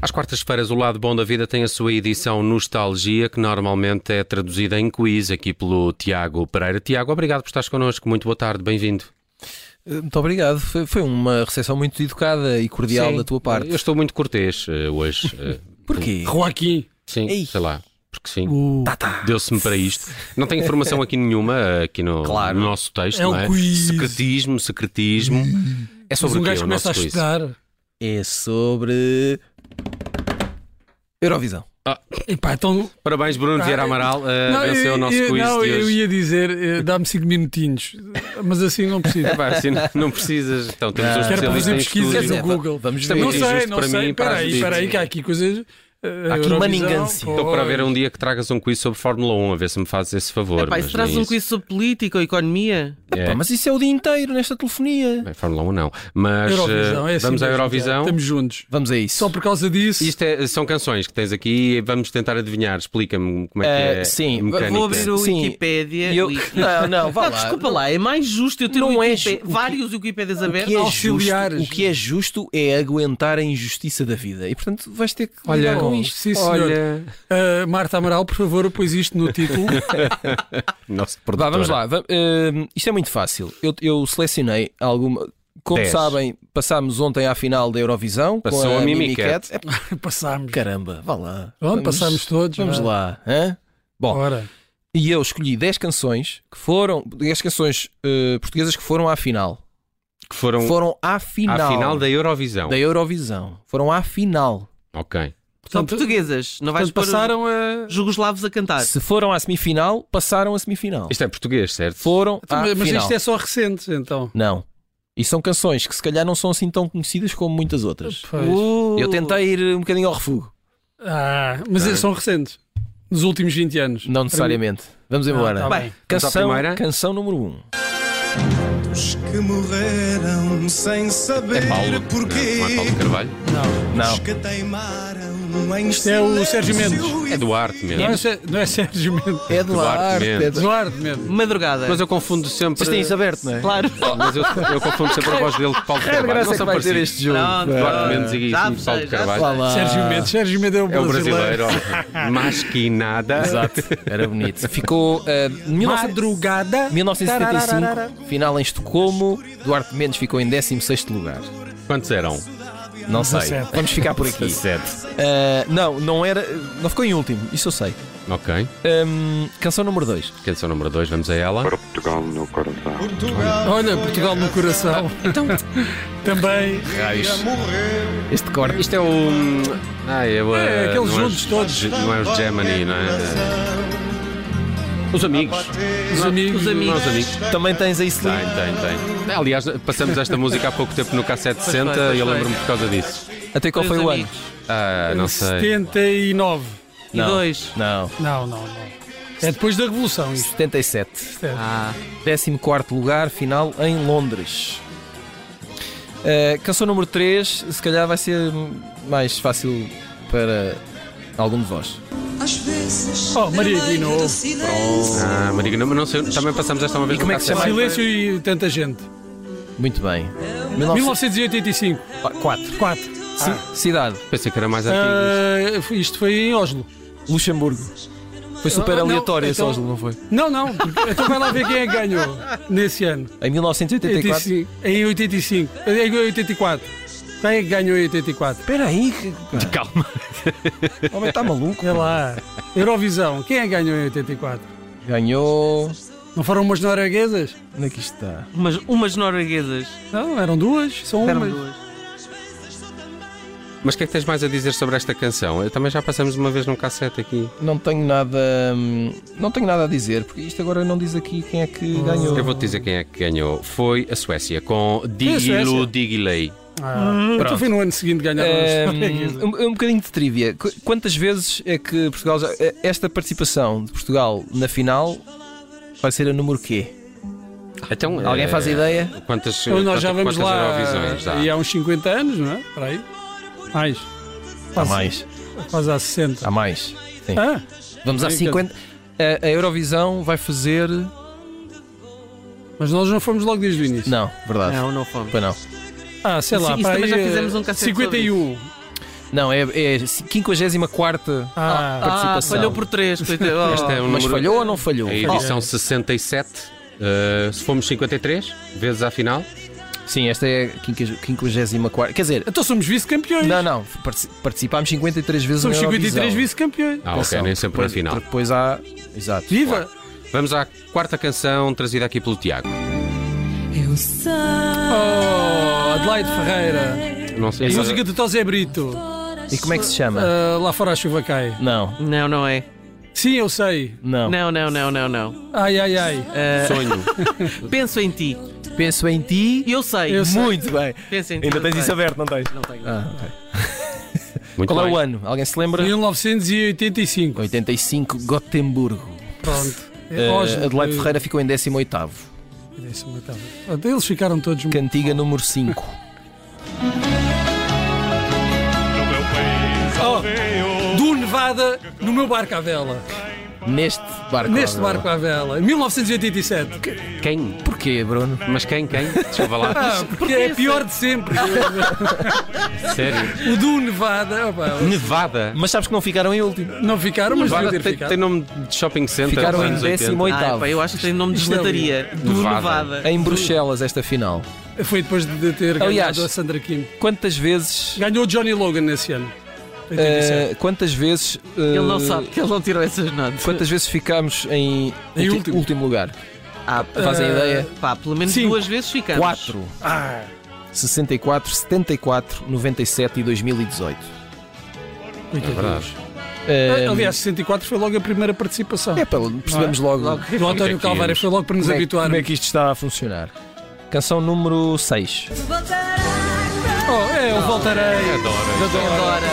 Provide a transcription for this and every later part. Às quartas-feiras, o Lado Bom da Vida tem a sua edição Nostalgia, que normalmente é traduzida em quiz aqui pelo Tiago Pereira. Tiago, obrigado por estares connosco. Muito boa tarde, bem-vindo. Eh, Muito obrigado. Foi foi uma recepção muito educada e cordial Sim. da tua parte. Eu estou muito cortês eh, hoje. eh, Porquê? Joaquim. sim, Ei. sei lá. Porque sim. O... Tá, Deu-se-me para isto. Não tem informação aqui nenhuma, eh, aqui no, Claro. no nosso texto, É um não é? quiz. Secretismo, secretismo. É Mas sobre um o quê gajo o começa nosso a quiz? estudar. É sobre. Eurovisão. Epá, então. Parabéns, Bruno Vieira Amaral. eh, venceu eu, o nosso eu- quiz não, de eu hoje. ia dizer, eh, dá-me 5 minutinhos. Mas assim não preciso. Epá, assim, não- não precisas. Então, temos um Não. Quero Quero especialista fazer em estúdio. pesquisas Quer no dizer, Google. Vamos Isto é ver. não muito sei, injusto não para mim sei. e para Espera as aí, vítimas. espera aí, que há aqui coisas. eh, Há aqui uma manigância. nigância. Estou para ver um dia que tragas um quiz sobre Fórmula 1, a ver se me fazes esse favor. Epá, mas isso traz é nem um isso. quiz sobre política ou economia? É. Pá, mas isso é o dia inteiro nesta telefonia. Bem, Fórmula 1 não. Mas Eurovisão, eh, é assim vamos à mesmo, Eurovisão. Estamos juntos. Vamos a isso. Só por causa disso. Isto é- são canções que tens aqui e vamos tentar adivinhar. Explica-me como é que Eh, é. sim, a mecânica. Vou abrir o Sim. Wikipédia. E eu- Wiki- Não, não, vá Pá, lá. é desculpa lá, é mais justo eu ter Não é Wikipé- ju- o que- vários Wikipédias O que, abertos. é Auxiliares. justo, o que é justo é aguentar a injustiça da vida. E portanto vais ter que lidar com isto. então, sim, senhor. Olha, Ah, Marta Amaral, por favor, pôs isto no título. nosso Vá, produtor. vamos lá. Va- hum, isto é muito fácil. Eu, eu selecionei alguma. Como Dez. sabem, passámos ontem à final da Eurovisão Passou com a, a Mimi Mimi Cat. Cat. É, Passámos. caramba, vá lá. Vamos, passámos todos. Vamos vá. lá. hã? Bom, Ora. e eu escolhi 10 canções que foram. 10 canções eh, portuguesas que foram à final. Que foram, foram Então, à final, à final da Eurovisão. da Eurovisão. Foram à final. Ok. São Portanto, portuguesas, não vais portanto, pôr passaram a. jugoslavos a cantar. Se foram à semifinal, passaram à semifinal. Isto é português, certo? Foram Ah, à Mas mas final. isto é só recente, então. Não. E são canções que se calhar não são assim tão conhecidas como muitas outras. Pois. Uh, Eu tentei ir um bocadinho ao refugo. Ah, mas Ok. são recentes. Nos últimos 20 anos. Não necessariamente. Vamos embora. Ah, tá Bem, bem. Vamos à canção, primeira? canção número 1. Um. Os que morreram sem saber Paulo. porquê. Não, não é Paulo Carvalho. Os Não. que teimaram em Isto é o Sérgio silêncio Mendes. É Duarte mesmo. Não é, Sé- não é Sérgio Mendes. É Duarte Mendes. Eduardo. Eduardo Mendes. Madrugada. Mas eu confundo sempre. Vocês têm isso aberto, não é? Claro. Mas eu, eu confundo sempre a voz dele com Paulo Carvalho. Não são parecidos. jogo. Pronto. Duarte Mendes e Já Paulo sei, já Carvalho. Vá lá. Sérgio Mendes. Sérgio Mendes é o É o brasileiro. brasileiro. Masquinada. Exato. Era bonito. Ficou eh, 1900 Madrugada. 1975, final em Estocolmo. Duarte Mendes ficou em 16 lugar. Quantos eram? Não sei. 17. Vamos ficar por aqui. 17. Eh, não, não era. Não ficou em último, isso eu sei. Ok. Hum, canção número 2. Canção número 2, vamos a ela. para Portugal no coração. Portugal Olha, Portugal no coração. Também. morreu. Este corte. Isto é o. Ah, é, o, É, eh, aqueles não juntos os- todos. Não é os Gemini, não é? Os amigos. Os amigos. Os amigos. Não, os amigos. Também tens aí Tem, Sleep. tem, tem. Aliás, passamos esta música há pouco tempo no K760 Pois foi, e pois eu foi. lembro-me por causa disso. Até qual Os foi o ano? amigos. Ah, não sei. 79. E dois. Não. Não, não, não. É depois da Revolução isto. 77. isto é. Ah, 14 lugar, final em Londres. Eh, canção número 3, se calhar vai ser mais fácil para algum de vós. Às vezes. Oh, Maria Guinou. Ah, Mariga, não, mas não sei. Também passamos esta uma vez E como no é que se chama? K760. Silêncio e tanta gente. Muito bem. 1985. 1904. 4. Ci- Cidade, Pensei que era mais Ah. antigo. isto foi em Oslo. Luxemburgo. Foi super Ah, não, aleatório esse então- Oslo, não foi? Não, não. porque- Então vai lá ver quem é que ganhou nesse ano. Em 1984. 85, em 85. Em 84. Quem é que ganhou em 84? Espera aí, que- Calma. o homem está maluco. Olha lá. Eurovisão. Quem é que ganhou em 84? Ganhou. Não foram umas norueguesas? Onde é que isto está? umas, umas norueguesas. Não, eram duas. São Eram umas. duas. Mas o que é que tens mais a dizer sobre esta canção? Eu também já passamos uma vez num cassete aqui. Não tenho nada. hum, Não tenho nada a dizer, porque isto agora não diz aqui quem é que Hum. ganhou. Eu vou-te dizer quem é que ganhou. Foi a Suécia, com Digilu é Suécia? Digilei. Ah, então Pronto. foi no ano seguinte ganhar Hum, as norueguesas. um, um bocadinho de trivia. Qu- Quantas vezes é que Portugal já. eh, Esta participação de Portugal na final vai ser a número quê? Então, Alguém eh, faz ideia? Quantas, Então nós quantas, já vamos quantas lá Eurovisões dá? e há uns 50 anos, não é? Para aí. Mais. Há Quase- mais. Quase há 60. Há mais. Sim. Ah, Vamos a 50. A, a Eurovisão vai fazer. mas nós não fomos logo desde o início. Não, verdade. Não, não fomos. Pois não. Ah, sei lá, Isso- isso para também aí, já fizemos eh, um cassete sobre 51. Não, é, é 54 Ah, Ah, participação. falhou por Oh. 3. Este é um Mas número- falhou ou não falhou? A edição 67. eh, se fomos 53 vezes à final, Sim, esta é a 54. Quer dizer, Então somos vice-campeões. não, não, partici- participámos 53 vezes Somos na Eurovisão. 53 vice-campeões. ah, ok, Atenção, nem sempre na depois- final. Depois há. Exato. Viva! Vamos à quarta canção trazida aqui pelo Tiago. Eu sei. Oh, Adelaide Ferreira. Não sei. Música de Tosé Brito. E como é que se chama? Ah, lá fora a chuva cai. Não, Não, não é. Sim, eu sei. não, Não, não, não, não, não. Ai, ai, ai. Ah, é um Sonho. penso em ti. Penso em ti. Eu sei. Eu sei. Muito bem. Penso em ti. Ainda eu tens sei. isso aberto, não tens? Não tenho. Ah, ok. Muito Qual é bem. o ano? Alguém se lembra? 1985. 85, Gotemburgo. Pronto. Eh, Hoje- Adelaide Ferreira ficou em 18. Décimo oitavo. Pronto, Eles ficaram todos. Cantiga número 5. Oh, do Nevada no meu barco à vela. Neste barco. Neste agora. barco à vela. 1987. Quem? Porquê, Bruno? Mas quem? Quem? Desculpa lá. Ah, porque é pior de sempre. Sério. O do Nevada. opa, Nevada. Mas sabes que não ficaram em último. não ficaram, mas Nevada deviam ter tem, ficado. tem nome de shopping center. Então, Ficaram dos em anos 80. décimo oito. Ah, pá, eu acho que tem nome de Isto é gelataria. Do Nevada. Nevada. Em Bruxelas, esta final. Foi depois de ter ganhado Aliás. a Sandra Kim. Quantas vezes. Ganhou o Johnny Logan nesse ano. eh, 87. quantas vezes. eh, Ele não sabe, que ele não tirou essas notas. Quantas vezes ficámos em, Em ulti- último. lugar? Eh, Ah, Fazem ideia? pá, pelo menos é? Cinco. duas vezes ficamos. 4. Ah. 64, 74, 97 e 2018. É verdade. Eh, Ah, Aliás, 64 foi logo a primeira participação. é pelo- percebemos logo, Logo. Do António Aqui. Calvário foi logo para nos é? como, é, habituar. como é que isto está a funcionar. Canção número 6. Oh, é, eu Ah, voltarei. Adoro. isto. Agora,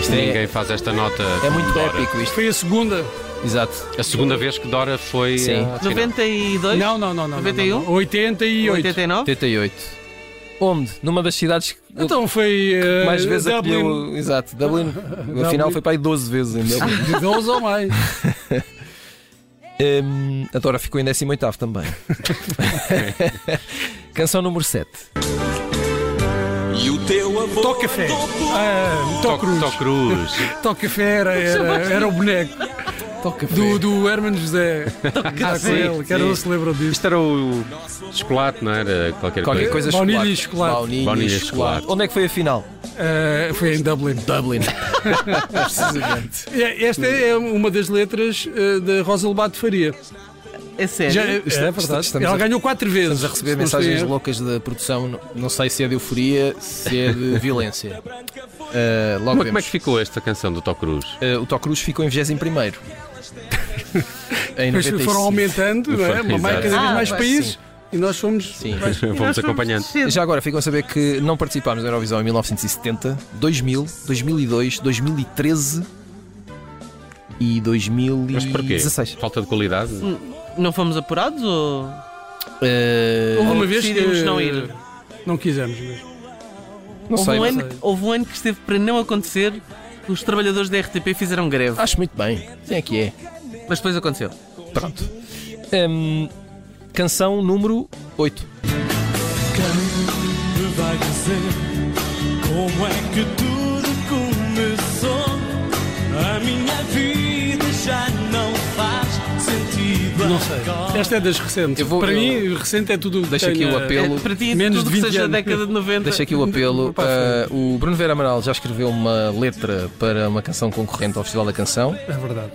Isto é, Ninguém faz esta nota. é muito Dora. épico isto. Foi a segunda. Exato. A segunda vez que Dora foi. eh, Sim. à final. 92? Não, não, não. não 91? não, não. 88. 89? 88. Onde? Numa das cidades que Então foi. eh, mais vezes Dublin. acolheu. Exato, Dublin. Afinal, foi para aí 12 vezes em Dublin. De 12 ou mais. Hum, a Dora ficou em 18 também. Canção número 7. E o teu avô. Toca fé. Ah, Tó Toque Cruz. Tó Cruz. Toca fé era, era, era o boneco Toca do, do Herman José. Ah, foi ele, que era não se lembram disso. Isto era o chocolate, não era? Qualquer, Qualquer coisa. é coisa baunilha e chocolate. Baunilha, Baunilha e e chocolate. chocolate. Onde é que foi a final? Ah, foi em Dublin. Dublin. Precisamente. É, Esta é uma das letras eh, da Rosa Lobato Faria. É sério? Já, é verdade. estamos Ela a- ganhou quatro vezes. Estamos a receber se não estou em mensagens erro. loucas da produção. Não- Não sei se é de euforia, se é de violência. Uh, logo Como, é- como é vemos. que ficou esta canção do Tó Cruz? Uh, o Tocruz ficou em 21. em Depois 95. foram aumentando, não é? Exato. Uma marca cada vez Ah, mais vai, países. E nós fomos. Sim. Vamos acompanhando. Já agora ficam a saber que não participámos da Eurovisão em 1970, 2000, 2002, 2013 e Mas porquê? 2016. Falta de qualidade? Hum. Não fomos apurados ou. Uh, Houve uma vez decidimos que não ir. Não quisemos mesmo. não houve, sei, um não ano, sei. houve um ano que esteve para não acontecer. Os trabalhadores da RTP fizeram greve, Ah. Acho muito bem. Quem é que é? mas depois aconteceu. Pronto. Hum, canção número 8. Me vai dizer como é que tudo começou. A minha vida já não faz sentido. Não sei. Esta é das recentes. Eu vou- Para eu- mim, recente é tudo. que Deixa tem aqui o na- apelo. Pelo- É, para ti, menos tudo de 20 que seja anos. da década de 90. Deixa aqui o apelo. Para a Uh, o Bruno Vera Amaral já escreveu uma letra para uma canção concorrente ao Festival da Canção. É verdade.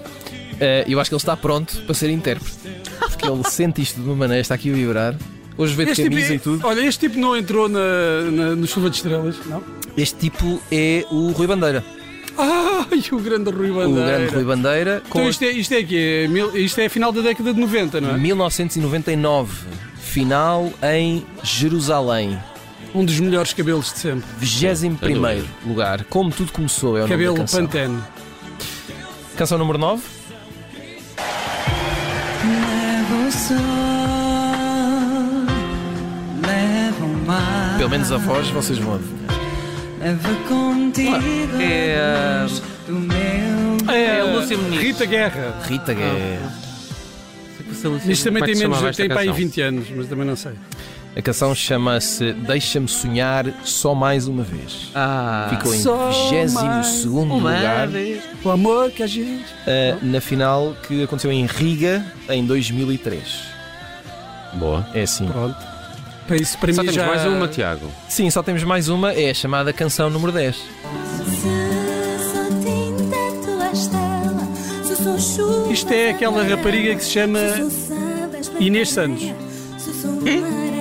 Eh, eu acho que ele está pronto para ser intérprete. Porque ele sente isto de uma maneira, está aqui a vibrar. Hoje vê de Este camisa e tipo, tudo. Olha, este tipo não entrou na, na- no Chuva de Estrelas, não? Este tipo é o Rui Bandeira. Ai, o grande Rui O Bandeira. grande Rui Bandeira com Então isto é, isto é quê? É mil- Isto é a final da década de 90, não é? 1999. Final em Jerusalém. Um dos melhores cabelos de sempre. 21 lugar. Como tudo começou, é o Cabelo nome da canção. Pantene. Canção número 9. Leva o sol, leva o mar. Pelo menos a voz vocês vão ouvir. Leva contigo. É, a luz do meu. É a Lúcia Muniz. Rita Guerra. Rita Guerra. Sei que vai ser Lúcia Isto também Como é que tem se menos, chamava tem esta para aí canção? 20 anos, mas também não sei. A canção chama-se Deixa-me Sonhar Só Mais Uma Vez. Ah, Ficou em só mais 22 lugar vez. O amor que a gente. ah, na final que aconteceu em Riga em 2003. Boa. É assim. Pronto. Para isso, para Só mim temos já. mais uma, Tiago. Sim, só temos mais uma, é a chamada canção número 10. Se sou tinta, tu és tela. Se sou chuva, Isto é aquela rapariga que se chama. Inês Santos.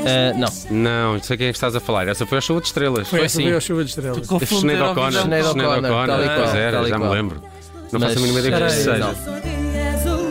Ah, não, Não, não sei quem é que estás a falar. Essa foi a chuva de estrelas. Foi essa assim. veio ao Chuva de Estrelas. De Sinead O'Connor. Sinead Sinead O'Connor, tal e pois qual, era, tal e já me qual. lembro. Não Mas- faço a mínima ideia do que isto Espera aí, seja. não.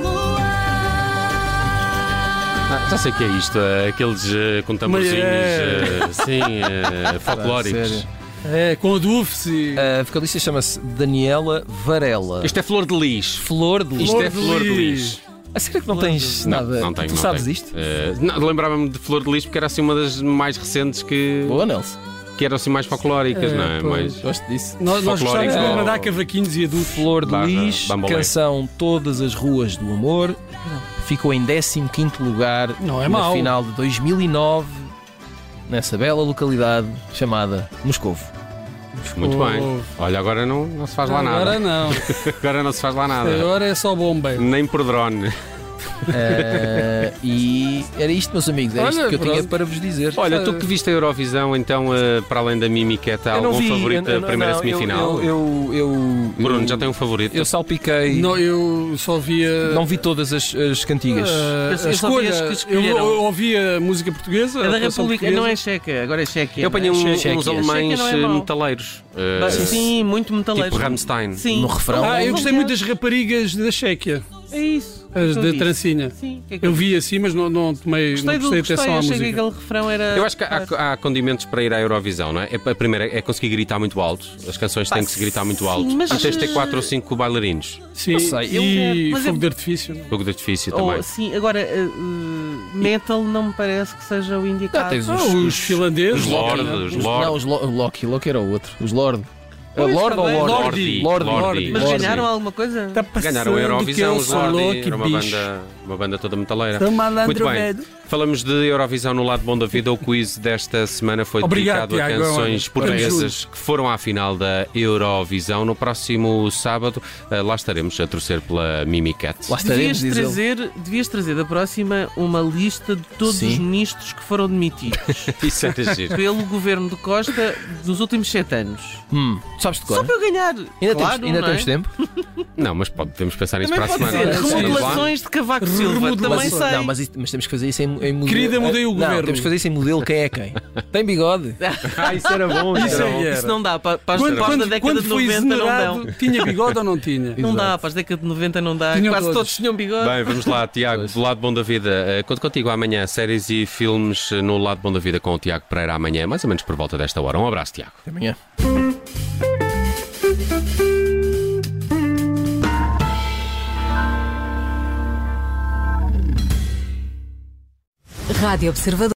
Ah, já sei o que é isto. eh, Aqueles eh, com tamborzinhos, é. eh, sim, eh, folclóricos. sério. É, com o Dufs e. A vocalista chama-se Daniela Varela. Isto é flor de lis. Flor de Isto é de flor de lis. A sério Ah, que não tens Não, nada? não tenho. tu não sabes tenho. isto? Eh, não, Lembrava-me de flor de lis porque era assim uma das mais recentes que, Boa, Nelson. que eram assim mais folclóricas, É, não é? pois. Mas- Gosto disso. Nós, nós folclórico gostávamos de ou- mandar cavaquinhos e adultos. Flor de Barra Lis, Bambolê. canção Todas as Ruas do Amor, ficou em 15º lugar Não é na mau. final de 2009, nessa bela localidade chamada Moscovo. Muito bem. Houve. Olha, agora não, não se faz lá Tipo, nada. Agora não. Agora não se faz lá nada. Agora é só bomba. Nem por drone. Ah, e era isto, meus amigos, era Olha, isto que eu pronto. tinha para vos dizer. Olha, tu que viste a Eurovisão, então, eh, para além da Mimiqueta, há Eu não algum vi, favorito eu- da primeira não, eu- semifinal? Eu, eu, eu- Bruno, eu- já tem um favorito? Eu salpiquei, não, eh, Não, eu só via. vi todas as, as cantigas. Ah, Eu só a vi escolha. as que eu, escolheram. eu ouvia música portuguesa. É da atuação República, não é portuguesa. checa, agora é checa. um Eu apanhei não é? um- Checa, uns checa alemães não é eh, mau. metaleiros. eh, Sim, muito metaleiro. Tipo Rammstein. Sim. No refrão. Ah, eu gostei Vamos muito das raparigas da Chequia, lá. É isso. as Eu da vi. trancinha. Sim, o que é que Eu vi assim, mas não, não tomei Gostei não do prestei gostei, atenção à achei que música. aquele refrão era. Eu acho que há, há condimentos para ir à Eurovisão, não é? É- A primeira é conseguir gritar muito alto. As canções têm que se gritar muito sim, alto. mas- E tens de ter 4 ou 5 bailarinos. Sim, Não sei, eu- e Mas é- fogo de artifício. Fogo de artifício Ou, também. Oh, sim, agora, eh, eh, metal não me parece que seja o indicado. Ah, tens Ah, os- os finlandeses. Os Lordes, Os- os Lorde. Não, os Lo- Loki, Loki era o outro. Os Lord. Eh, Pois, Lord ou também. Lord? Lordi. Lordi. Lordi. Mas Lorde. ganharam alguma coisa? Tá passando Ganharam a Eurovisão, que eu os sou Lordi. louco, Era uma bicho. banda, uma banda toda metaleira. Sou malandro Muito bem. velho. Falamos de Eurovisão no lado bom da vida. O quiz desta semana foi Obrigado, dedicado Tiago. é a canções Parabéns. portuguesas que foram à final da Eurovisão. No próximo sábado, eh, lá estaremos a torcer pela Mimi Cat. Lá estaremos, Devias diz ele. trazer, devias trazer da próxima uma lista de todos Sim. os ministros que foram demitidos Isso era é giro. pelo governo de Costa dos últimos sete anos. Hum, sabes de Só cor? para eu ganhar. Ainda, claro, temos, ainda não é? temos tempo? Não, mas pode, podemos pensar nisso Também para a pode ser. semana. Sim, Remodelações de Cavaco Silva. Remodelações. Também Mas, sei. não, mas, isso- mas temos que fazer isso em, em modelo. Querida, mudei o não, governo. Temos que fazer isso em modelo quem é quem. Tem bigode. Ah, isso era bom. Isso era aí bom. é. Isso não dá. Para, para as Quando, para as da quando, década quando de foi 90 não dão. exonerado, tinha bigode ou não tinha? Não dá, para as décadas de 90 não dá. Tinham Quase todos. todos tinham bigode. Bem, vamos lá, Tiago, do Lado Bom da Vida. Eh, Conto contigo amanhã, séries e filmes eh, no Lado Bom da Vida com o Tiago Pereira amanhã, mais ou menos por volta desta hora. Um abraço, Tiago. Até amanhã. Rádio Observador.